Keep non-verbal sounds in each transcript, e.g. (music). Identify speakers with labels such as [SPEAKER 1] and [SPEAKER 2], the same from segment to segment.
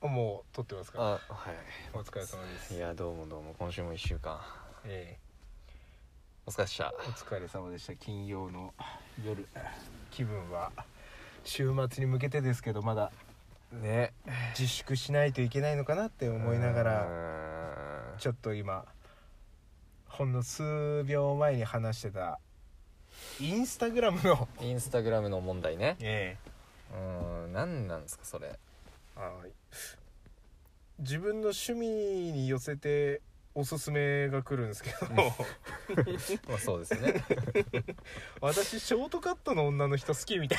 [SPEAKER 1] もう撮ってますから
[SPEAKER 2] あはい
[SPEAKER 1] お疲れ様です
[SPEAKER 2] いやどうもどうも今週も一週間
[SPEAKER 1] え
[SPEAKER 2] お疲れっした
[SPEAKER 1] えお疲れ様でした金曜の夜気分は週末に向けてですけどまだ
[SPEAKER 2] ね
[SPEAKER 1] 自粛しないといけないのかなって思いながら
[SPEAKER 2] ら
[SPEAKER 1] ちょっと今ほんの数秒前に話してたインスタグラムの
[SPEAKER 2] インスタグラムの問題ね
[SPEAKER 1] え
[SPEAKER 2] うーん何なんですかそれ
[SPEAKER 1] えはい自分の趣味に寄せておすすめが来るんですけど
[SPEAKER 2] まあそうですね
[SPEAKER 1] (laughs) 私ショートカットの女の人好きみたい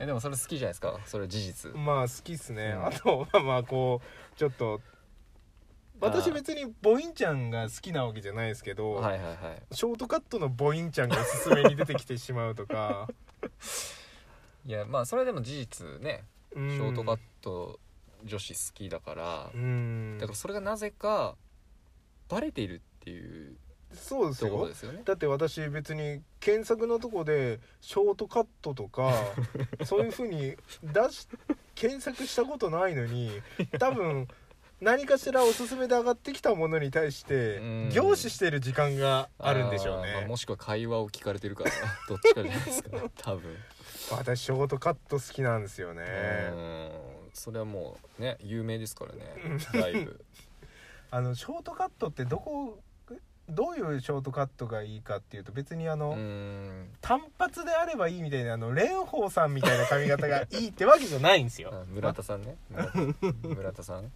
[SPEAKER 2] えでもそれ好きじゃないですかそれ事実
[SPEAKER 1] まあ好きっすね、
[SPEAKER 2] うん
[SPEAKER 1] あとまあまあこうちょっと
[SPEAKER 2] あー
[SPEAKER 1] 私別にボインちゃんが好きなわけじゃないですけど、
[SPEAKER 2] はいはいはい
[SPEAKER 1] ショートカットのボインちゃんがおすすめに出てきてしまうと (laughs) か
[SPEAKER 2] いやまあそれでも事実ね
[SPEAKER 1] シ
[SPEAKER 2] ショートカッ
[SPEAKER 1] ト
[SPEAKER 2] ト女子好きだから
[SPEAKER 1] うん
[SPEAKER 2] だからそれがなぜかバレているっていう
[SPEAKER 1] そうです
[SPEAKER 2] ところ
[SPEAKER 1] よ
[SPEAKER 2] ですよね
[SPEAKER 1] だって私別に検索のとこでショートカットと (laughs) かそういうふうに出し検索したことないのに多分何かしらおすすめで上がってきたものに対して
[SPEAKER 2] うん
[SPEAKER 1] 凝視してる時間があるんでしょう
[SPEAKER 2] あーまあ
[SPEAKER 1] ね
[SPEAKER 2] もしくは会話を聞かれてるから (laughs) どっちかじゃないですか多分
[SPEAKER 1] 私ショートカット好きなんですよ
[SPEAKER 2] う
[SPEAKER 1] ね
[SPEAKER 2] ーんそれはもうね有名ですからねだいぶ
[SPEAKER 1] あのショートカットってどこどういうショートカットがいいか (laughs) っていうと別にあ
[SPEAKER 2] う
[SPEAKER 1] の、
[SPEAKER 2] ーん
[SPEAKER 1] 単発であればいいみたいなあの蓮舫さんみたいな髪型がいいってわけじゃないんですよ
[SPEAKER 2] あ村田さんね村田村田さん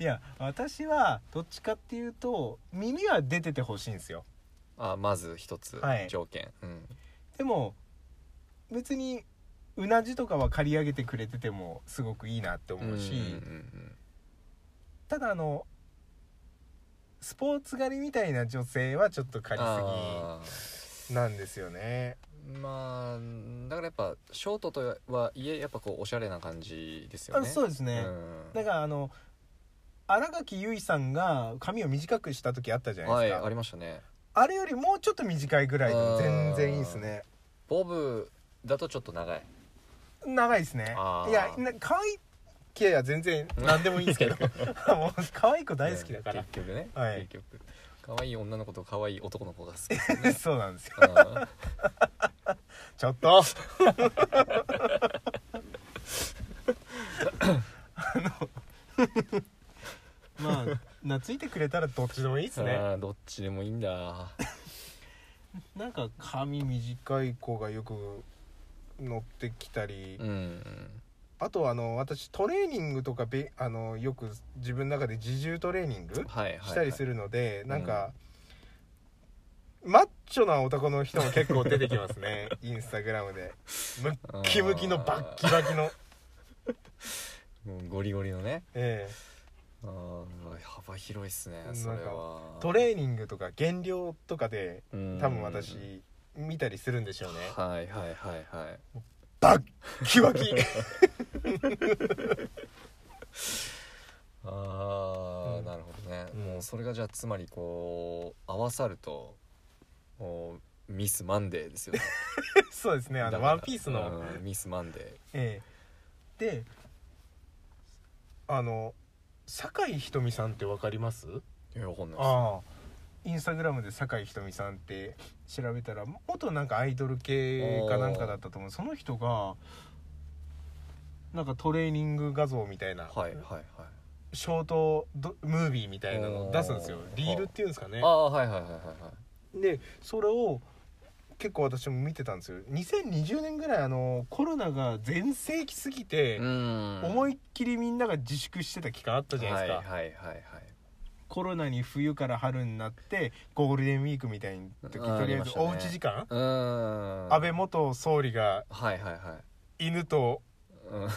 [SPEAKER 1] いや私はどっちかっていうと耳は出ててほしいんですよ
[SPEAKER 2] あまず一つ
[SPEAKER 1] はい
[SPEAKER 2] 条件、うん
[SPEAKER 1] でも別にうなじとかは刈り上げてくれててもすごくいいなって思うし、
[SPEAKER 2] うんうん
[SPEAKER 1] ただあのスポーツ狩りみたいな女性はちょっと
[SPEAKER 2] うん
[SPEAKER 1] 刈り
[SPEAKER 2] あ
[SPEAKER 1] すぎなんですよね
[SPEAKER 2] ーまあだからやっぱショートとはいえやっぱこうおしゃれな感じですよ
[SPEAKER 1] あ
[SPEAKER 2] ね
[SPEAKER 1] そうですね、
[SPEAKER 2] うん
[SPEAKER 1] だからあの新垣結衣さんが髪を短くした時あったじゃない
[SPEAKER 2] は
[SPEAKER 1] で
[SPEAKER 2] い
[SPEAKER 1] すか、
[SPEAKER 2] ありましたね
[SPEAKER 1] あれよりもうちょっと短いぐらいでも全然いいですね
[SPEAKER 2] ボブだとちょっと長い
[SPEAKER 1] 長いですね
[SPEAKER 2] あー
[SPEAKER 1] いやな可愛いけりゃ全然何でもいいんです
[SPEAKER 2] (laughs)
[SPEAKER 1] けどもう可愛い子大好きだから
[SPEAKER 2] ね、結局ね、
[SPEAKER 1] はい
[SPEAKER 2] 結局可愛い女の子と可愛い男の子が好き
[SPEAKER 1] (laughs)
[SPEAKER 2] ですよね
[SPEAKER 1] そうなんですよ
[SPEAKER 2] うん
[SPEAKER 1] ちょっ (laughs) とあの (laughs) まあ懐いてくれたらどっちでもいいですね
[SPEAKER 2] あーどっちでもいいんだ
[SPEAKER 1] なんか髪短い子がよく乗ってきたり、
[SPEAKER 2] うん
[SPEAKER 1] あとあの私トレーニングとかべあのよく自分の中で自重トレーニング、
[SPEAKER 2] はいはい、はい、
[SPEAKER 1] したりす
[SPEAKER 2] る
[SPEAKER 1] るので、なんか、マッチョな男の人も結構出てきます
[SPEAKER 2] (laughs)
[SPEAKER 1] ねインスタグラムでムッキムキのバッキバキの
[SPEAKER 2] ゴリゴリのね
[SPEAKER 1] え
[SPEAKER 2] あー幅広いっすねそれは
[SPEAKER 1] えトレーニングとか減量とかで
[SPEAKER 2] うん
[SPEAKER 1] 多分私見たりするんでしょうね
[SPEAKER 2] はいはいはいはい
[SPEAKER 1] バッキバキ
[SPEAKER 2] ああ、
[SPEAKER 1] うん
[SPEAKER 2] なるほどね、
[SPEAKER 1] うん
[SPEAKER 2] もうそれがじゃあつまりこう合わさるともうミスマンデーですよね
[SPEAKER 1] (laughs) そうですねあ
[SPEAKER 2] だ
[SPEAKER 1] の
[SPEAKER 2] から
[SPEAKER 1] ワンピースの、
[SPEAKER 2] うんミスマンデー
[SPEAKER 1] ええであの酒井ひとみさんってわかります
[SPEAKER 2] いやわかんないです
[SPEAKER 1] ああインスタグラムで酒井ひとみさんって調べたら元なんかアイドル系かなんかだったと思うその人がなんかトレーニング画像みたいな、
[SPEAKER 2] はいはいはい
[SPEAKER 1] ショートドムービーみたいなのを出すんですよ
[SPEAKER 2] おー
[SPEAKER 1] リールっていうんですかね
[SPEAKER 2] ああはいはいはいはいはい
[SPEAKER 1] でそれを結構私も見てたんですよ2020年ぐらいあのコロナが全盛期すぎて、
[SPEAKER 2] うん
[SPEAKER 1] 思いっきりみんなが自粛してた期間あったじゃないですか、
[SPEAKER 2] はいはいはいはい
[SPEAKER 1] コロナに冬から春になってゴールデンウィークみたいな時
[SPEAKER 2] あー
[SPEAKER 1] とりあえ
[SPEAKER 2] ありま
[SPEAKER 1] ず
[SPEAKER 2] したね
[SPEAKER 1] おうち時間、
[SPEAKER 2] うーん
[SPEAKER 1] 安倍元総理が
[SPEAKER 2] はいはいはい
[SPEAKER 1] 犬と
[SPEAKER 2] うんは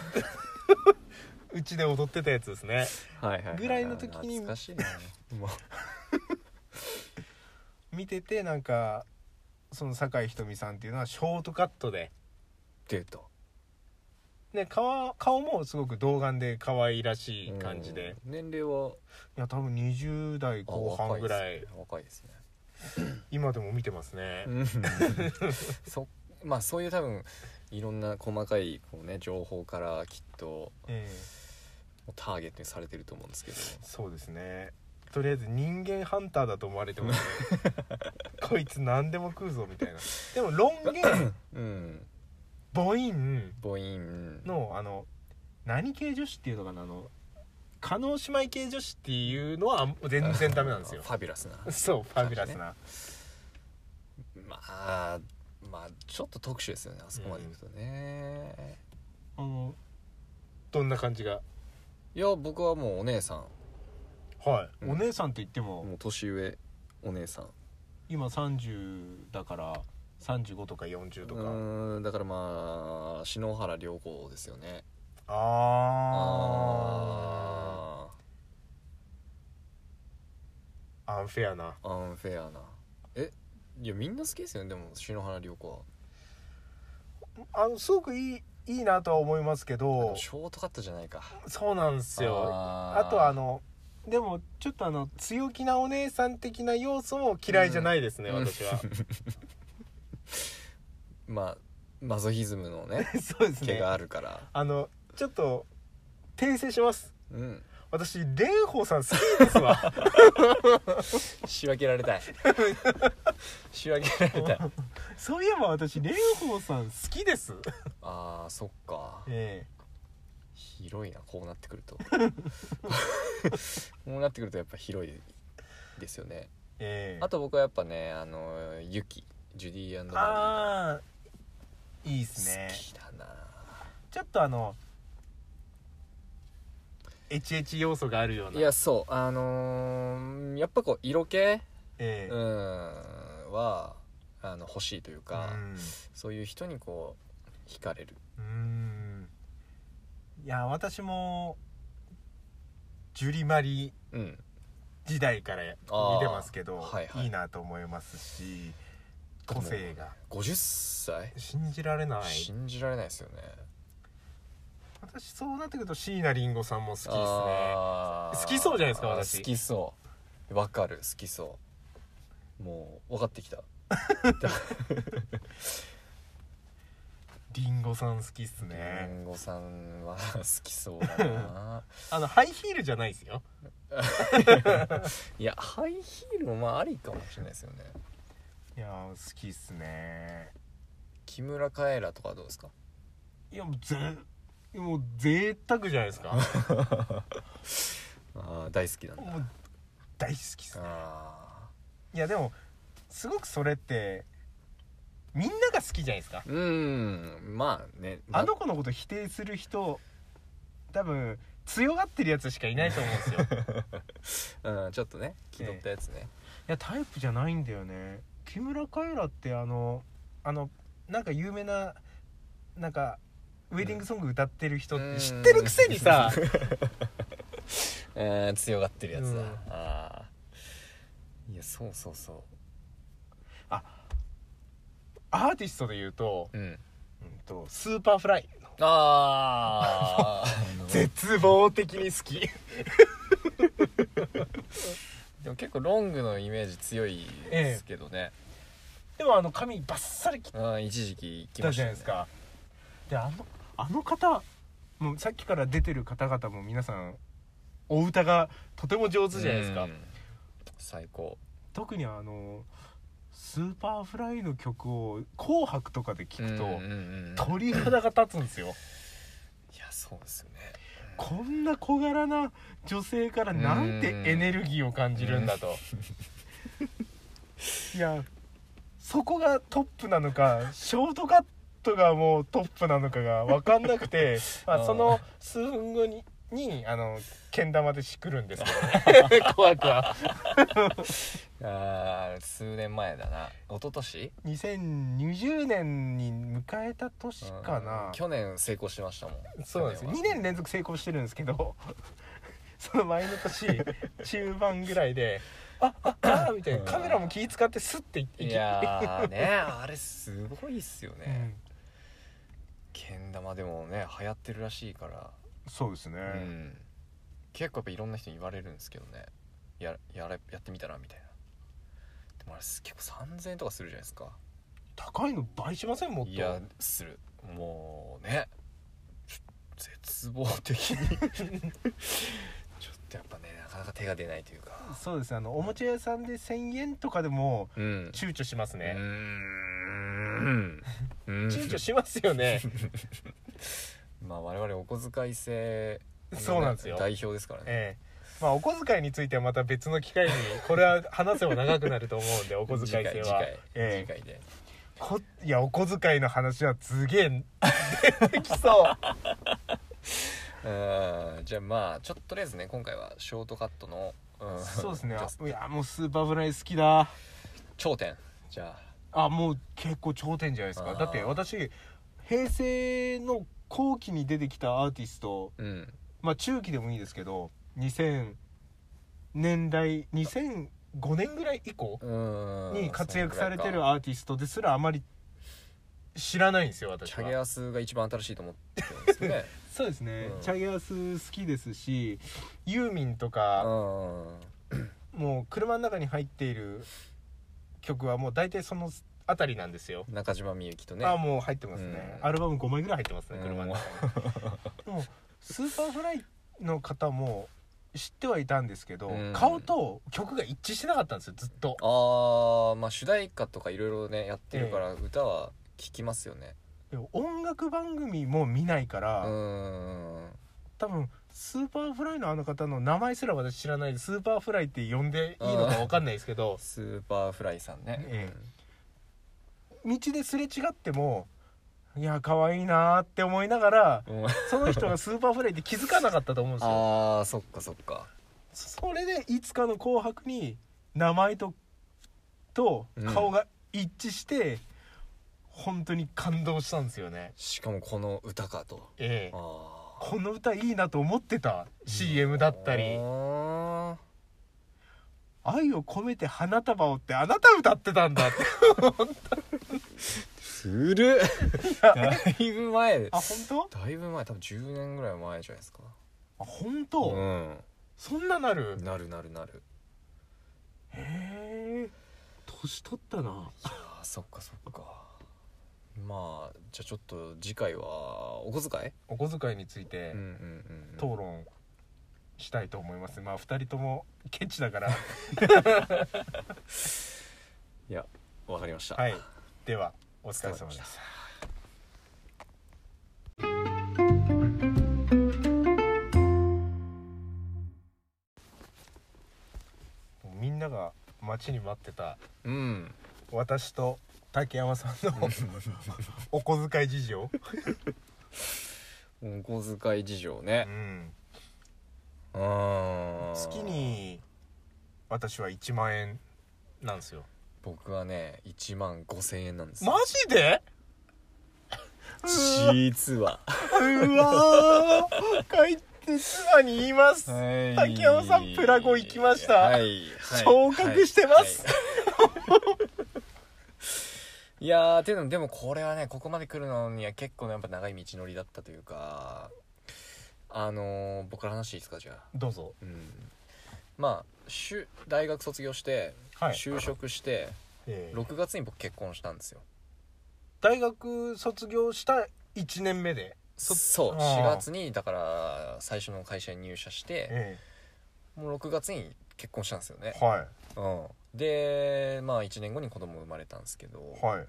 [SPEAKER 1] うちで踊ってたやつですね
[SPEAKER 2] いはいは
[SPEAKER 1] ぐらいの時に
[SPEAKER 2] 懐かしいなも
[SPEAKER 1] 見ててなんかその酒井ひとみさんっていうのはショートカットで、
[SPEAKER 2] デート
[SPEAKER 1] ね、顔顔もすごく童顔で可愛らしい感じで、
[SPEAKER 2] 年齢はい
[SPEAKER 1] や多分20代
[SPEAKER 2] あ
[SPEAKER 1] 後半ぐらい
[SPEAKER 2] 若いですね
[SPEAKER 1] 今でも見てますね、
[SPEAKER 2] (laughs) 若いですねそまあそういう多分いろんな細かいこう、ね、情報からきっと
[SPEAKER 1] え
[SPEAKER 2] ターゲットにされてると思うんですけど
[SPEAKER 1] そうですねとりあえず人間ハンターだと思われて
[SPEAKER 2] (laughs)
[SPEAKER 1] ますねこいつ何でも食うぞみたいなでもロンゲン
[SPEAKER 2] うん
[SPEAKER 1] ボイン
[SPEAKER 2] 母音
[SPEAKER 1] のあの何系女子っていうのかなあの加納姉妹系女子っていうのはあん全然ダメなんです
[SPEAKER 2] (laughs)
[SPEAKER 1] よ
[SPEAKER 2] ファビュラスな
[SPEAKER 1] そうファビュラスな、
[SPEAKER 2] まあまあちょっと特殊ですよねあそこまでいくとね、
[SPEAKER 1] あのどんな感じが
[SPEAKER 2] いや僕はもうお姉さん
[SPEAKER 1] はい、
[SPEAKER 2] うん
[SPEAKER 1] お姉さんといっても、
[SPEAKER 2] もう年上お姉さん
[SPEAKER 1] 今30だから35とか40と
[SPEAKER 2] う
[SPEAKER 1] か、
[SPEAKER 2] ーんだからまあ篠原涼子ですよね
[SPEAKER 1] あ
[SPEAKER 2] あ
[SPEAKER 1] あアンフェアな
[SPEAKER 2] あアンフェアなえいやみんな好きですよねでも篠原涼子は
[SPEAKER 1] あのすごくいいいいなとは思いますけ
[SPEAKER 2] あで
[SPEAKER 1] ど
[SPEAKER 2] もショートカットじゃないか
[SPEAKER 1] そうなんですよあ
[SPEAKER 2] あー
[SPEAKER 1] とあのでもちょっとあの強気なお姉さん的な要素も嫌いじゃないですね、
[SPEAKER 2] うん
[SPEAKER 1] 私
[SPEAKER 2] (laughs)
[SPEAKER 1] は
[SPEAKER 2] まあマゾヒズムのね
[SPEAKER 1] そうです
[SPEAKER 2] 毛
[SPEAKER 1] ね
[SPEAKER 2] があるから、
[SPEAKER 1] あのちょっと訂正します
[SPEAKER 2] うん
[SPEAKER 1] 私蓮舫さん好きです
[SPEAKER 2] (laughs)
[SPEAKER 1] わ
[SPEAKER 2] 仕分けられ (laughs) たい仕分けられたい
[SPEAKER 1] そういえば私蓮舫さん好きです
[SPEAKER 2] あーそっか
[SPEAKER 1] え
[SPEAKER 2] 広いなこうなってくると (laughs) こうなってくるとやっぱ広いですよね
[SPEAKER 1] えええ
[SPEAKER 2] あと僕はやっぱねあのユキジュディアンドマ
[SPEAKER 1] あーいいっ
[SPEAKER 2] リ
[SPEAKER 1] す
[SPEAKER 2] ー
[SPEAKER 1] ね
[SPEAKER 2] 好きだな、
[SPEAKER 1] ちょっとあのエチエチ要素があるようない
[SPEAKER 2] やそうあのーやっぱこう色気
[SPEAKER 1] ええ
[SPEAKER 2] うんはあの欲しいというか、
[SPEAKER 1] うん
[SPEAKER 2] そういう人にこう惹かれる
[SPEAKER 1] うーんいや私もジュリマリ
[SPEAKER 2] うん
[SPEAKER 1] 時代から
[SPEAKER 2] あ
[SPEAKER 1] 見
[SPEAKER 2] ー
[SPEAKER 1] てますけど、
[SPEAKER 2] はい
[SPEAKER 1] い
[SPEAKER 2] はい
[SPEAKER 1] いなと思いますし個性が
[SPEAKER 2] 50歳、
[SPEAKER 1] 信じられない
[SPEAKER 2] 信じられないですよね
[SPEAKER 1] 私そうなってくると椎名林檎さんも好きですね
[SPEAKER 2] あー
[SPEAKER 1] 好きそうじゃないですか
[SPEAKER 2] あー
[SPEAKER 1] 私
[SPEAKER 2] 好きそうわかる好きそうもう分かってきた
[SPEAKER 1] 林檎さん好きっす
[SPEAKER 2] り
[SPEAKER 1] ね
[SPEAKER 2] んごさんは (laughs) 好きそうだな
[SPEAKER 1] あのハイヒールじゃないですよ
[SPEAKER 2] いやハイヒールもまあありかもしれないですよね
[SPEAKER 1] いやー好きっすね
[SPEAKER 2] 木村カエラとかどうですか (laughs)
[SPEAKER 1] いやもうぜもう贅沢じゃない
[SPEAKER 2] (laughs)
[SPEAKER 1] ですか
[SPEAKER 2] あー大好きなんだ
[SPEAKER 1] もう大好きっすね
[SPEAKER 2] あ
[SPEAKER 1] いやでもすごくそれってみんなが好きじゃないですか
[SPEAKER 2] ーうーんまあね
[SPEAKER 1] あの子のこと否定する人多分強がってるやつしかいないと思うんですよい
[SPEAKER 2] うん、ちょっとね気取ったやつね、
[SPEAKER 1] やタイプじゃないんだよね木村カエラってあのあのなんか有名ななんかウェディングソング歌ってる人って知ってるくせにさ
[SPEAKER 2] えー強がってるやつだ、
[SPEAKER 1] うん
[SPEAKER 2] あーいやそうそうそ
[SPEAKER 1] アーティストで言うと,、
[SPEAKER 2] ううん
[SPEAKER 1] うん、とスーパーフライ (laughs)
[SPEAKER 2] あ (laughs) ー
[SPEAKER 1] 絶望的に好き
[SPEAKER 2] でも結構ロングのイメージ強いですけどね、
[SPEAKER 1] でもあの髪バッサリ切っ
[SPEAKER 2] うん一時期来
[SPEAKER 1] た
[SPEAKER 2] ま
[SPEAKER 1] じ
[SPEAKER 2] し
[SPEAKER 1] ゃ
[SPEAKER 2] た
[SPEAKER 1] ない
[SPEAKER 2] よね
[SPEAKER 1] ですかであのあの方もうさっきから出てる方々も皆さんお歌がとても上手じゃないですか、
[SPEAKER 2] うん最高
[SPEAKER 1] 特にあのスーパーフライの曲を「紅白」とかで聴くと、
[SPEAKER 2] うんうんうんうん
[SPEAKER 1] 鳥肌が立つんですよ、
[SPEAKER 2] いやそうですよね
[SPEAKER 1] こんな小柄な女性からなんてエネルギーを感じるんだと、いやそこがトップなのかショートカットがもうトップなのかが分かんなく (laughs) て、ま
[SPEAKER 2] あー
[SPEAKER 1] あ、その数分後ににあのけん玉でしくるんですけどね (laughs) 怖くは
[SPEAKER 2] あー数年前だな一昨年
[SPEAKER 1] 2020年に迎えた年か
[SPEAKER 2] うん
[SPEAKER 1] な
[SPEAKER 2] 去年成功してましたもん
[SPEAKER 1] そうなんですよ
[SPEAKER 2] 去
[SPEAKER 1] 2
[SPEAKER 2] は
[SPEAKER 1] 年連続成功してるんですけど (laughs) その前の
[SPEAKER 2] (laughs)
[SPEAKER 1] 年中盤ぐらいで「あああみたいなカメラも気使ってスッていき
[SPEAKER 2] いやーね (laughs) あれすごいっすよね、
[SPEAKER 1] うん
[SPEAKER 2] けん玉でもね流行ってるらしいから、
[SPEAKER 1] そうですね、
[SPEAKER 2] うん結構やっぱいろんな人に言われるんですけどねややれやってみたらみたいなでもあれ結構3000円とかするじゃないですか
[SPEAKER 1] 高いの倍しませんもっと
[SPEAKER 2] いやするもうねちょ絶望的
[SPEAKER 1] (laughs)
[SPEAKER 2] にちょっとやっぱねなかなか手が出ないというか
[SPEAKER 1] そうですねあのおもちゃ屋さんで1,000円とかでも
[SPEAKER 2] うん
[SPEAKER 1] 躊躇します
[SPEAKER 2] うー
[SPEAKER 1] ね、
[SPEAKER 2] ん躊
[SPEAKER 1] 躊躇しますよ
[SPEAKER 2] (laughs)
[SPEAKER 1] ね
[SPEAKER 2] まあ我々お小遣い制のね
[SPEAKER 1] そうなんですよ
[SPEAKER 2] 代表ですからね
[SPEAKER 1] ええまあお小遣いについてはまた別の機会にこれは話せば長くなると思うんでお小遣い制
[SPEAKER 2] 次回次
[SPEAKER 1] は
[SPEAKER 2] 回,、
[SPEAKER 1] ええ
[SPEAKER 2] 次回で
[SPEAKER 1] こいやお小遣いの話はすげえ出てきそう
[SPEAKER 2] うんじゃあまあちょっととりあえずね今回はショートカットの、ん
[SPEAKER 1] そうですね
[SPEAKER 2] (laughs) じゃあ
[SPEAKER 1] いやもうスーパーフライ好きだ
[SPEAKER 2] 頂点じゃあ
[SPEAKER 1] あもう結構頂点じゃないです
[SPEAKER 2] あ
[SPEAKER 1] か
[SPEAKER 2] ー
[SPEAKER 1] だって私平成の後期に出てきたアーティスト
[SPEAKER 2] うん
[SPEAKER 1] まあ中期でもいいですけど2000年代2005年ぐらい以降
[SPEAKER 2] うん
[SPEAKER 1] に活躍されて
[SPEAKER 2] そんぐらい
[SPEAKER 1] る
[SPEAKER 2] か
[SPEAKER 1] アーティストですらあまり知らないんですよ
[SPEAKER 2] チ
[SPEAKER 1] 私
[SPEAKER 2] ャゲ
[SPEAKER 1] は
[SPEAKER 2] アスが一番新しいと思ってるんです
[SPEAKER 1] (laughs)
[SPEAKER 2] ね
[SPEAKER 1] そうですね、
[SPEAKER 2] うん
[SPEAKER 1] チャゲアス好きですしユーミンとか、
[SPEAKER 2] うん
[SPEAKER 1] もう車の中に入っている曲はもう大体その辺りなんですよ、
[SPEAKER 2] 中島みゆきとね
[SPEAKER 1] ああもう入ってますね、
[SPEAKER 2] うん
[SPEAKER 1] アルバム5枚ぐらい入ってますね
[SPEAKER 2] うん
[SPEAKER 1] 車の中
[SPEAKER 2] (laughs)
[SPEAKER 1] にもうスーパーフライの方も知ってはいたんですけど、
[SPEAKER 2] うん
[SPEAKER 1] 顔と曲が一致してなかったんですよずっと
[SPEAKER 2] あーまあ主題歌とかいろいろねやってるから歌は聴きますよね、
[SPEAKER 1] でも音楽番組も見ないから、
[SPEAKER 2] うん
[SPEAKER 1] 多分スーパーフライのあの方の名前すら私知らないでスーパーフライって呼んでいいのか分かんないですけ
[SPEAKER 2] (laughs)
[SPEAKER 1] ど
[SPEAKER 2] スーパーフライさんね、
[SPEAKER 1] え道ですれ違ってもいや可愛いなーって思いながら
[SPEAKER 2] うん
[SPEAKER 1] その人がスーパーフライって気づかなかったと思うんですよ。
[SPEAKER 2] (laughs) あーそっかそっか
[SPEAKER 1] それでいつかの「紅白」に名前とと
[SPEAKER 2] うん
[SPEAKER 1] 顔が一致して、本当に感動したんですよね。
[SPEAKER 2] しかもこの歌かと
[SPEAKER 1] ええ
[SPEAKER 2] あ
[SPEAKER 1] この歌いいなと思ってた CM だったり
[SPEAKER 2] あ
[SPEAKER 1] 「愛を込めて花束を」ってあなた歌ってたんだって
[SPEAKER 2] するだいぶ前
[SPEAKER 1] あ本当
[SPEAKER 2] だいぶ前多分10年ぐらい前じゃないですか
[SPEAKER 1] あ本当、
[SPEAKER 2] う
[SPEAKER 1] そんななる
[SPEAKER 2] んなるなるなる
[SPEAKER 1] へえ年取ったな
[SPEAKER 2] あーそっかそっかまあじゃあちょっと次回はお小遣い
[SPEAKER 1] お小遣いについて、
[SPEAKER 2] うんうんうん
[SPEAKER 1] 討論したいと思いますまあ2人ともケチだから
[SPEAKER 2] いやわかりました
[SPEAKER 1] はいではお疲れ様ですみんなが待ちに待ってた
[SPEAKER 2] うん
[SPEAKER 1] 私と竹山さん
[SPEAKER 2] (laughs)
[SPEAKER 1] のお小遣い事情、
[SPEAKER 2] お小遣い事情
[SPEAKER 1] う
[SPEAKER 2] ね
[SPEAKER 1] ん、
[SPEAKER 2] うーん
[SPEAKER 1] 月に私は1万円なんですよ
[SPEAKER 2] 僕はね1万5千円なんです
[SPEAKER 1] マジで
[SPEAKER 2] 実は
[SPEAKER 1] うわー帰って妻に言います、
[SPEAKER 2] はい
[SPEAKER 1] 竹山さんプラゴ行きました
[SPEAKER 2] はい、はい
[SPEAKER 1] 昇格してます
[SPEAKER 2] はいはいいやーていうのもでもこれはねここまで来るのには結構やっぱ長い道のりだったというかあのー僕から話していいですかじゃあ
[SPEAKER 1] どうぞ
[SPEAKER 2] うんまあしゅ大学卒業して、
[SPEAKER 1] はい、
[SPEAKER 2] 就職して
[SPEAKER 1] えー
[SPEAKER 2] 6月に僕結婚したんですよ
[SPEAKER 1] 大学卒業した1年目で、そ
[SPEAKER 2] そう
[SPEAKER 1] あー
[SPEAKER 2] 4月にだから最初の会社に入社して
[SPEAKER 1] え
[SPEAKER 2] もう6月に結婚したんですよね
[SPEAKER 1] ーは
[SPEAKER 2] うん、でまあ1年後に子供生まれたんですけど、
[SPEAKER 1] いはい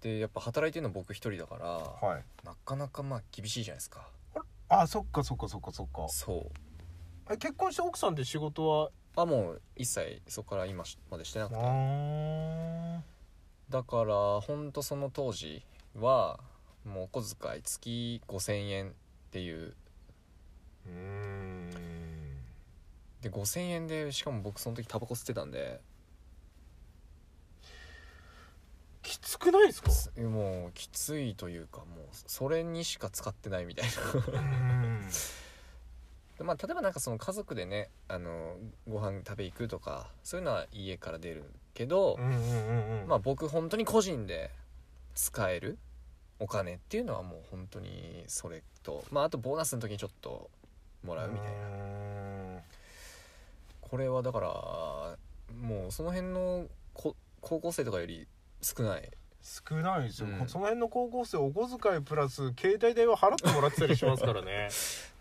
[SPEAKER 2] でやっぱ働いてるの僕一人だから、
[SPEAKER 1] はい
[SPEAKER 2] なかなかまあ厳しいじゃないですか
[SPEAKER 1] あそっかそっかそっかそっか
[SPEAKER 2] そう
[SPEAKER 1] え結婚して奥さんで仕事は
[SPEAKER 2] あもう一切そこから今までしてなくて
[SPEAKER 1] あ
[SPEAKER 2] だからほんとその当時はもうお小遣い月5,000円っていう
[SPEAKER 1] うーん
[SPEAKER 2] で5,000円でしかも僕その時タバコ吸ってたんで
[SPEAKER 1] きつくないですか
[SPEAKER 2] すもうきついというかもうそれにしか使ってないみたいな
[SPEAKER 1] うーん
[SPEAKER 2] でまあ、例えばなんかその家族でねあのご飯食べ行くとかそういうのは家から出るけど
[SPEAKER 1] う、んうん (laughs) うんうん
[SPEAKER 2] まあ、僕本当に個人で使えるお金っていうのはもう本当にそれと、まあ、あとボーナスの時にちょっともらうみたいな
[SPEAKER 1] うーん
[SPEAKER 2] これはだからもうその辺のこ高校生とかより少ない
[SPEAKER 1] 少ないですよ、
[SPEAKER 2] うん
[SPEAKER 1] その辺の高校生お小遣いプラス携帯代は払ってもらってたりしますから (laughs) ね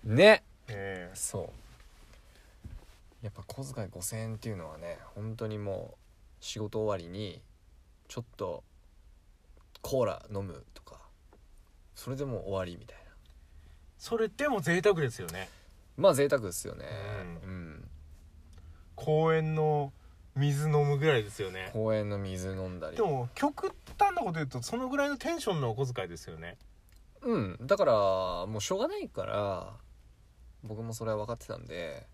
[SPEAKER 2] ね
[SPEAKER 1] ええ
[SPEAKER 2] そうやっぱ小遣い5,000円っていうのはね本当にもう仕事終わりにちょっとコーラ飲むとかそれでもう終わりみたいな
[SPEAKER 1] それでも贅沢ですよね
[SPEAKER 2] まあ贅沢ですよね
[SPEAKER 1] う
[SPEAKER 2] うん
[SPEAKER 1] 公園の水飲むぐらいですよね
[SPEAKER 2] 公園の水飲んだり
[SPEAKER 1] でも極端なこと言うとそのぐらいのテンションのお小遣いですよね
[SPEAKER 2] うんだからもうしょうがないから僕もそれは分かってたんで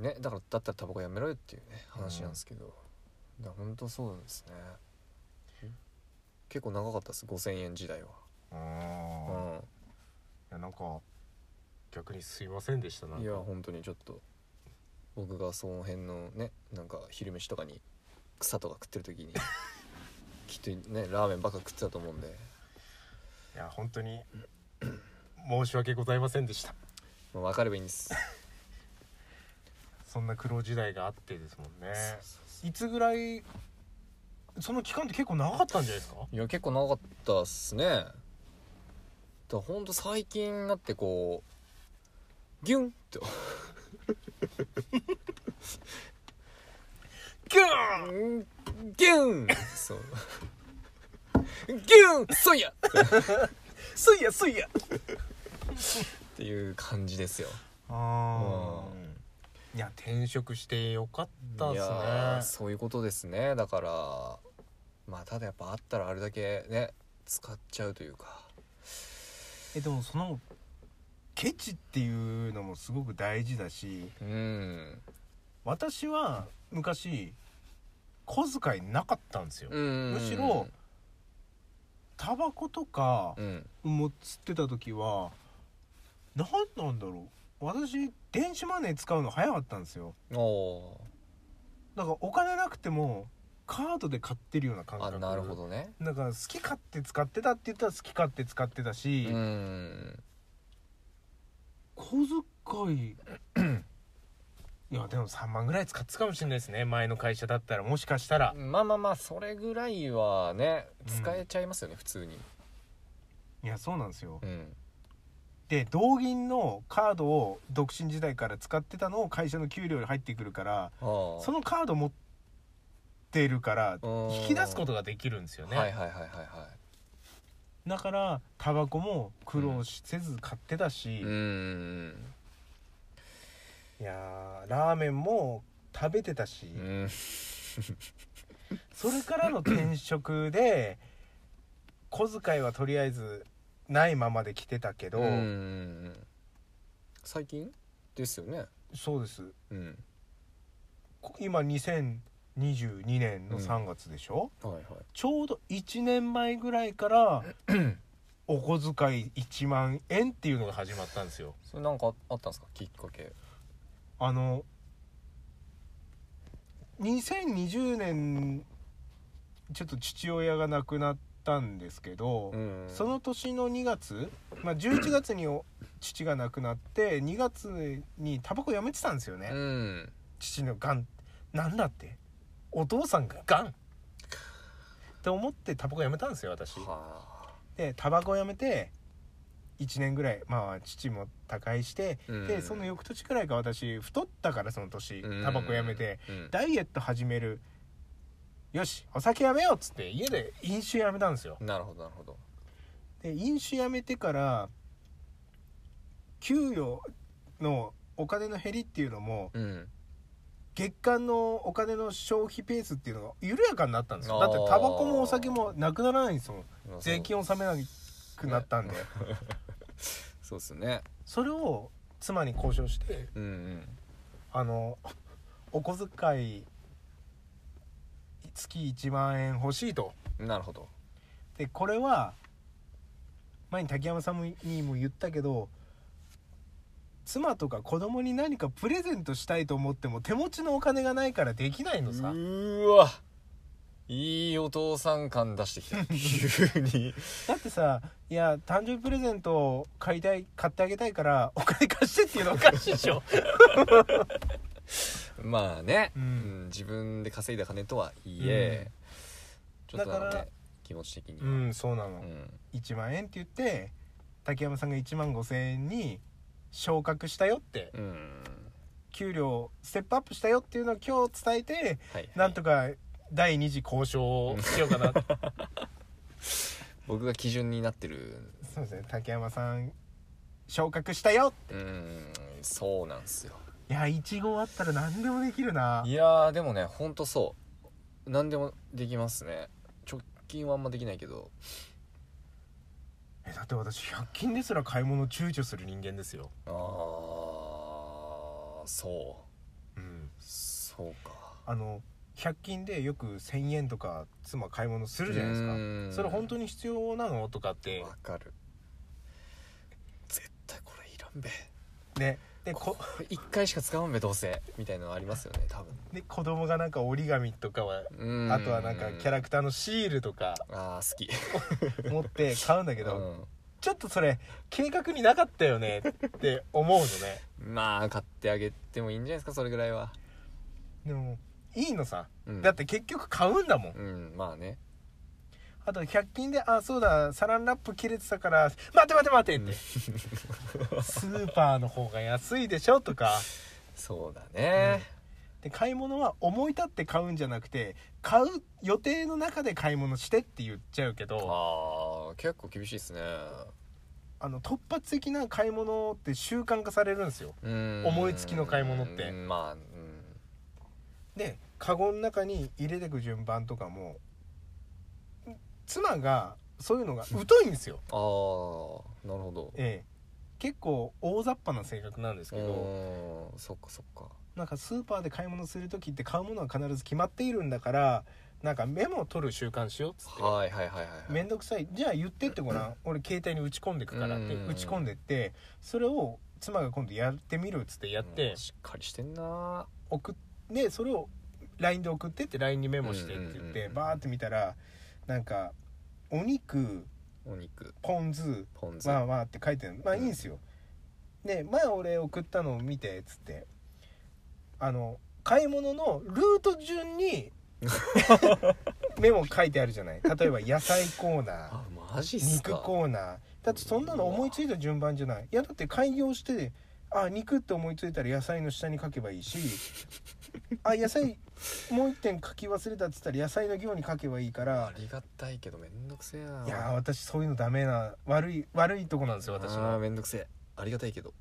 [SPEAKER 2] ねだからだったらタバコやめろよっていうね話なんですけど、だから本当そうなんですね結構長かったです5,000円時代は
[SPEAKER 1] うんい
[SPEAKER 2] うん
[SPEAKER 1] やなんか逆にすいませんでしたなんか
[SPEAKER 2] いや本当にちょっと僕がその辺のねなんか昼飯とかに草とか食ってる時 (laughs) にきっとねラーメンばっか食ってたと思うんで、
[SPEAKER 1] いや本当に申し訳ございませんでした
[SPEAKER 2] まあ、分かればいいんです、
[SPEAKER 1] そんな苦労時代があってですもんね
[SPEAKER 2] そうそうそう
[SPEAKER 1] いつぐらいその期間って結構長かったんじゃないですか
[SPEAKER 2] いや結構長かったっすねだからほんと最近になってこうギュンと
[SPEAKER 1] ギュ
[SPEAKER 2] ギュンそうギュンそいやっ
[SPEAKER 1] ンすいやすいや
[SPEAKER 2] ていう感じですよ
[SPEAKER 1] あー
[SPEAKER 2] う
[SPEAKER 1] いや転職してよかった
[SPEAKER 2] いやー
[SPEAKER 1] っすね
[SPEAKER 2] そういうことですねだからまあただやっぱあったらあれだけね使っちゃうというか
[SPEAKER 1] えでもそのケチっていうのもすごく大事だし
[SPEAKER 2] うん
[SPEAKER 1] 私は昔小遣いなかったんですよ、
[SPEAKER 2] うん
[SPEAKER 1] むしろタバコとか
[SPEAKER 2] うん
[SPEAKER 1] も釣ってた時は何なんだろう私電子マネー使うの早かったんですよ
[SPEAKER 2] おお
[SPEAKER 1] だからお金なくてもカードで買ってるような感
[SPEAKER 2] あ
[SPEAKER 1] 覚
[SPEAKER 2] なるほどね
[SPEAKER 1] だから好き勝手使ってたって言ったら好き勝手使ってた
[SPEAKER 2] う
[SPEAKER 1] し、
[SPEAKER 2] ん
[SPEAKER 1] 小遣いいやでも3万ぐらい使ってたかもしれないですね前の会社だったらもしかしたら
[SPEAKER 2] まあまあまあそれぐらいはね
[SPEAKER 1] うん
[SPEAKER 2] 使えちゃいますよね、普通に
[SPEAKER 1] いやそうなんですよ
[SPEAKER 2] うん
[SPEAKER 1] で同銀のカードを独身時代から使ってたのを会社の給料に入ってくるから
[SPEAKER 2] ああ
[SPEAKER 1] そのカード持ってるから
[SPEAKER 2] うん
[SPEAKER 1] 引き出すことができるんですよね、
[SPEAKER 2] はいはいはいはいは
[SPEAKER 1] だからタバコも苦労しせず買ってたし、
[SPEAKER 2] いうん
[SPEAKER 1] いやーラーメンも食べてたし、
[SPEAKER 2] うん
[SPEAKER 1] それからの転職で小遣いはとりあえずないままで来てたけど、
[SPEAKER 2] うん最近ですよね
[SPEAKER 1] そうです
[SPEAKER 2] うん
[SPEAKER 1] こ今2022年の
[SPEAKER 2] うん
[SPEAKER 1] 3月でしょ、
[SPEAKER 2] はいはい
[SPEAKER 1] ちょうど1年前ぐらい
[SPEAKER 2] (clears throat)
[SPEAKER 1] からお小遣い1万円っていうのが始まったんですよ
[SPEAKER 2] それなんかあったんですかきっかけ
[SPEAKER 1] あの2020年ちょっと父親が亡くなったんですけど、
[SPEAKER 2] ん
[SPEAKER 1] その年の2月、まあ、11月に
[SPEAKER 2] (clears throat)
[SPEAKER 1] お父が亡くなって2月にタバコやめてたんですよね、
[SPEAKER 2] うん
[SPEAKER 1] 父のがんなんだってお父さんががんって思ってタバコやめたんですよ私
[SPEAKER 2] はあ
[SPEAKER 1] でタバコやめて1年ぐらいまあ父も他界して、でその翌年くらいが私太ったからその年タバコやめて、
[SPEAKER 2] うん
[SPEAKER 1] ダイエット始めるよしお酒やめようっつって家で飲酒やめたんですよ
[SPEAKER 2] なるほどなるほど
[SPEAKER 1] で飲酒やめてから給与のお金の減りっていうのも
[SPEAKER 2] うん
[SPEAKER 1] 月間のお金の消費ペースっていうのが緩やかになったんですよ
[SPEAKER 2] あ
[SPEAKER 1] だ
[SPEAKER 2] ー
[SPEAKER 1] ってタバコもお酒もなくならないんですもん
[SPEAKER 2] まあ
[SPEAKER 1] 税金納めなくなったんで
[SPEAKER 2] そうですね
[SPEAKER 1] それを妻に交渉して
[SPEAKER 2] うんうん
[SPEAKER 1] あのお小遣い月1万円欲しいと
[SPEAKER 2] なるほど
[SPEAKER 1] でこれは前に竹山さんにも言ったけど妻とか子供に何かプレゼントしたいと思っても手持ちのお金がないからできないのさ
[SPEAKER 2] うーわいいお父さん感
[SPEAKER 1] (laughs)
[SPEAKER 2] 出してきた急に
[SPEAKER 1] だってさいや誕生日プレゼントを買いたい買ってあげたいからお金貸してっていうのおかしいでしょ
[SPEAKER 2] まあね、
[SPEAKER 1] うん
[SPEAKER 2] うん自分で稼いだ金とはいえ、ちょっとなの
[SPEAKER 1] だか
[SPEAKER 2] で
[SPEAKER 1] ら
[SPEAKER 2] 気持ち的に
[SPEAKER 1] う
[SPEAKER 2] は
[SPEAKER 1] んそうな
[SPEAKER 2] う
[SPEAKER 1] の、
[SPEAKER 2] ん
[SPEAKER 1] 1万円って言って竹山さんが1万5,000円に昇格したよって
[SPEAKER 2] うん、
[SPEAKER 1] 給料ステップアップしたよっていうのを今日伝えて
[SPEAKER 2] はい、はい、
[SPEAKER 1] なんとか第二次交渉をしようか
[SPEAKER 2] (laughs)
[SPEAKER 1] な
[SPEAKER 2] 僕が基準になってる
[SPEAKER 1] そうですね竹山さん昇格したよ
[SPEAKER 2] うんそうなんですよ
[SPEAKER 1] いや1号あったら何でもできるない
[SPEAKER 2] やーでもねほんとそう何でもできますね直近はあんまできないけど
[SPEAKER 1] えだって私100均ですら買い物躊躇する人間ですよ
[SPEAKER 2] ああそう
[SPEAKER 1] うん
[SPEAKER 2] そうか
[SPEAKER 1] あの100均でよく1,000円とか妻買い物するじゃないですか
[SPEAKER 2] うん
[SPEAKER 1] それ本当に必要なのとかって
[SPEAKER 2] わかる絶対これいらんべ
[SPEAKER 1] ねでこ
[SPEAKER 2] これ一回しか使わんべどうせみたいなのありますよね多分
[SPEAKER 1] で子供がなんか折り紙とかは
[SPEAKER 2] うん
[SPEAKER 1] あとはなんかキャラクターのシールとか
[SPEAKER 2] あー好き
[SPEAKER 1] 持って買うんだけ
[SPEAKER 2] け
[SPEAKER 1] ど、ちょっとそれ計画になかったよねって思うのね
[SPEAKER 2] うん、まあ買ってあげてもいいんじゃないですかそれぐらいは、
[SPEAKER 1] でもいいのさ
[SPEAKER 2] うん、
[SPEAKER 1] だって結局買うんだもん
[SPEAKER 2] うんまあね
[SPEAKER 1] あと100均で「あそうだサランラップ切れてたから待て待て待て」って「スーパーの方が安いでしょ」とか
[SPEAKER 2] そうだね、
[SPEAKER 1] で買い物は思い立って買うんじゃなくて買う予定の中で買い物してって言っちゃうけど
[SPEAKER 2] ああ結構厳しいですね
[SPEAKER 1] あの突発的な買い物って習慣化されるんですよ
[SPEAKER 2] うん
[SPEAKER 1] 思いつきの買い物って
[SPEAKER 2] うんまあうん
[SPEAKER 1] でカゴの中に入れてく順番とかも妻がそういうのが疎いんですよ、
[SPEAKER 2] ああなるほど
[SPEAKER 1] ええ、結構大雑把な性格なんですけど
[SPEAKER 2] うんそっかそっか
[SPEAKER 1] なんかスーパーで買い物する時って買うものは必ず決まっているんだからなんかメモを取る習慣しようっつって
[SPEAKER 2] はいはいはいはい
[SPEAKER 1] 面倒くさいじゃあ言ってってごらん俺携帯に打ち込んでくからって
[SPEAKER 2] うん
[SPEAKER 1] 打ち込んでってそれを妻が今度やってみるっつってやって
[SPEAKER 2] うんしっかりしてんな
[SPEAKER 1] 送ってそれを LINE で送ってって LINE にメモしてって言っ
[SPEAKER 2] うんうん
[SPEAKER 1] て
[SPEAKER 2] うん
[SPEAKER 1] バーって見たらなんかお肉
[SPEAKER 2] お肉
[SPEAKER 1] ポン酢
[SPEAKER 2] ポン酢、
[SPEAKER 1] わあわあって書いてるまあいいんですよ。で前俺送ったのを見てっつってあの買い物のルート順
[SPEAKER 2] (laughs)
[SPEAKER 1] にメモ書いてあるじゃない例えば野菜コーナー
[SPEAKER 2] あマジっすか
[SPEAKER 1] 肉コーナーだってそんなの思いついた順番じゃないいやだって開業してあ肉って思いついたら野菜の下に書けばいいしあ野菜もう一点書き忘れたっつったら野菜の行に書けばいいから
[SPEAKER 2] ありがたいけどめんどくせえない
[SPEAKER 1] やー私そういうのダメな悪い悪いとこなんですよ私
[SPEAKER 2] 私は
[SPEAKER 1] の
[SPEAKER 2] めんどくせえありがたいけど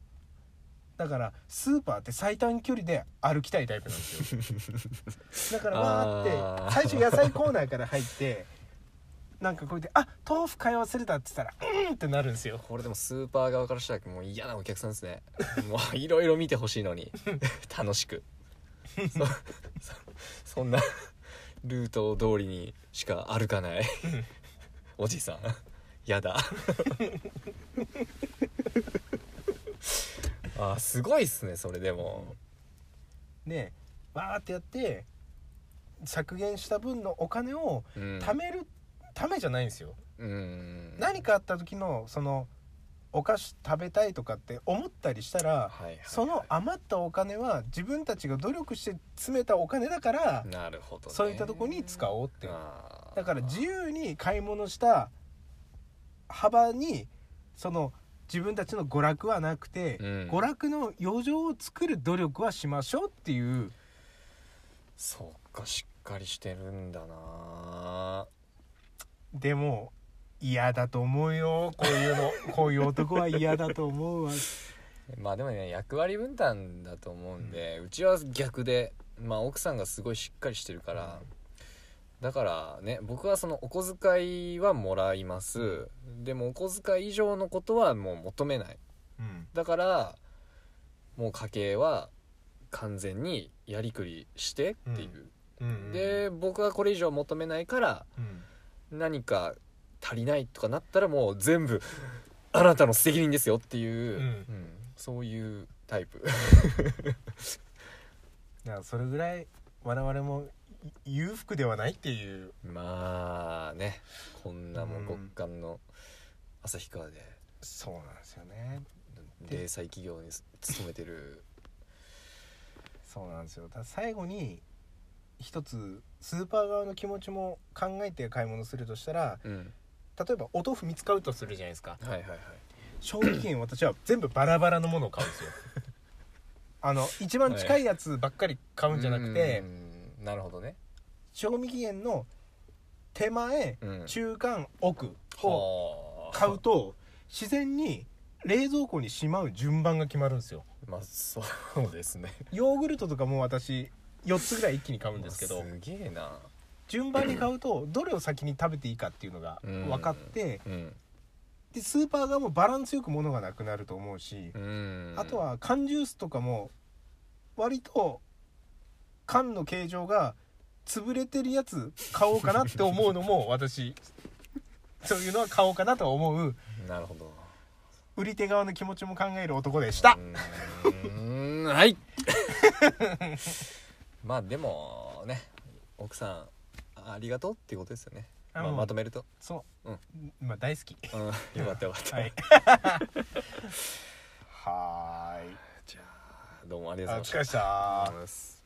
[SPEAKER 1] だからスーパーって最短距離で歩きたいタイプなんですよ
[SPEAKER 2] (laughs)
[SPEAKER 1] だからわーっ
[SPEAKER 2] あ
[SPEAKER 1] て
[SPEAKER 2] ー
[SPEAKER 1] 最初野菜コーナーから入ってなんかこうやって「あ豆腐買い忘れた」っつったら「うん」ってなるんですよ
[SPEAKER 2] これでもスーパー側からしたらもう嫌なお客さんですね (laughs) もういろいろ見てほしいのに (laughs) 楽しくそそそんなルート通りにしか歩か (laughs) ないおじさんやだ (laughs) あーすごいっすねそれでも
[SPEAKER 1] でわーってやって削減した分のお金を
[SPEAKER 2] うん
[SPEAKER 1] 貯めるためじゃないんですよ、
[SPEAKER 2] うん
[SPEAKER 1] 何かあった時のそのお菓子食べたいとかって思ったりしたら
[SPEAKER 2] はいはいはい
[SPEAKER 1] その余ったお金は自分たちが努力して詰めたお金だから
[SPEAKER 2] なるほど、ね、
[SPEAKER 1] そういったとこに使おうって
[SPEAKER 2] あー
[SPEAKER 1] だから自由に買い物した幅にその自分たちの娯楽はなくて、
[SPEAKER 2] うん
[SPEAKER 1] 娯楽の余剰を作る努力はしましょうっていう
[SPEAKER 2] そうかしっかりしてるんだな
[SPEAKER 1] でも嫌だと思うよこういう (laughs) のこういう男は嫌だと思うわ
[SPEAKER 2] まあでもね役割分担だと思うんで、うちは逆でまあ奥さんがすごいしっかりしてるから、だからね僕はそのお小遣いはもらいますでもお小遣い以上のことはもう求めない
[SPEAKER 1] うん
[SPEAKER 2] だからもう家計は完全にやりくりしてっていう、
[SPEAKER 1] うん
[SPEAKER 2] で僕はこれ以上求めないから
[SPEAKER 1] うん
[SPEAKER 2] 何か足りないとかなったらもう全部 (laughs) あなたの責任ですよっていう、
[SPEAKER 1] うん
[SPEAKER 2] うんそういうタイプ (laughs)
[SPEAKER 1] だからそれぐらい我々もい裕福ではないっていう
[SPEAKER 2] まあねこんなも
[SPEAKER 1] うんん
[SPEAKER 2] 極寒の旭川で
[SPEAKER 1] そうなんですよねで
[SPEAKER 2] 零細企業に勤めてる
[SPEAKER 1] そうなんですよだから最後に一つスーパー側の気持ちも考えて買い物するとしたら
[SPEAKER 2] うん
[SPEAKER 1] 例えばお豆腐見つかるとするじゃないですか
[SPEAKER 2] はいはいはい
[SPEAKER 1] 賞味期限私は全部バラバラのものを買うんです (laughs) よあの一番近いやつばっかり買うんじゃなくて
[SPEAKER 2] うんなるほどね
[SPEAKER 1] 賞味期限の手前
[SPEAKER 2] うん
[SPEAKER 1] 中間奥を
[SPEAKER 2] はあ
[SPEAKER 1] 買うと自然に冷蔵庫にしまう順番が決まるんですよ
[SPEAKER 2] (laughs) まあそうですね
[SPEAKER 1] ヨーグルトとかも私4つぐらい一気に買うん (laughs) ですけど
[SPEAKER 2] すげえな
[SPEAKER 1] 順番に買うとどれを先に食べていいかっていうのが
[SPEAKER 2] うん
[SPEAKER 1] 分かって
[SPEAKER 2] うん
[SPEAKER 1] でスーパー側もバランスよく物がなくなると思うし
[SPEAKER 2] うん
[SPEAKER 1] あとは缶ジュースとかも割と缶の形状が潰れてるやつ買おうかなって思うの
[SPEAKER 2] (laughs)
[SPEAKER 1] も私そういうのは買おうかなとは思う
[SPEAKER 2] なるほど
[SPEAKER 1] 売り手側の気持ちも考える男でした
[SPEAKER 2] うーんはい (laughs) まあでもね奥さんありがとうっていうことですよね、
[SPEAKER 1] あ
[SPEAKER 2] まあ
[SPEAKER 1] もう
[SPEAKER 2] まとめると、
[SPEAKER 1] そう、
[SPEAKER 2] う
[SPEAKER 1] まあ大
[SPEAKER 2] (laughs)
[SPEAKER 1] 好き
[SPEAKER 2] うん、よかったよかった、 (laughs)
[SPEAKER 1] はいはーい
[SPEAKER 2] じゃあどうもあり
[SPEAKER 1] お
[SPEAKER 2] がとうご
[SPEAKER 1] 疲
[SPEAKER 2] ざい
[SPEAKER 1] れ様
[SPEAKER 2] ま
[SPEAKER 1] で
[SPEAKER 2] し
[SPEAKER 1] したた
[SPEAKER 2] ありがとうございます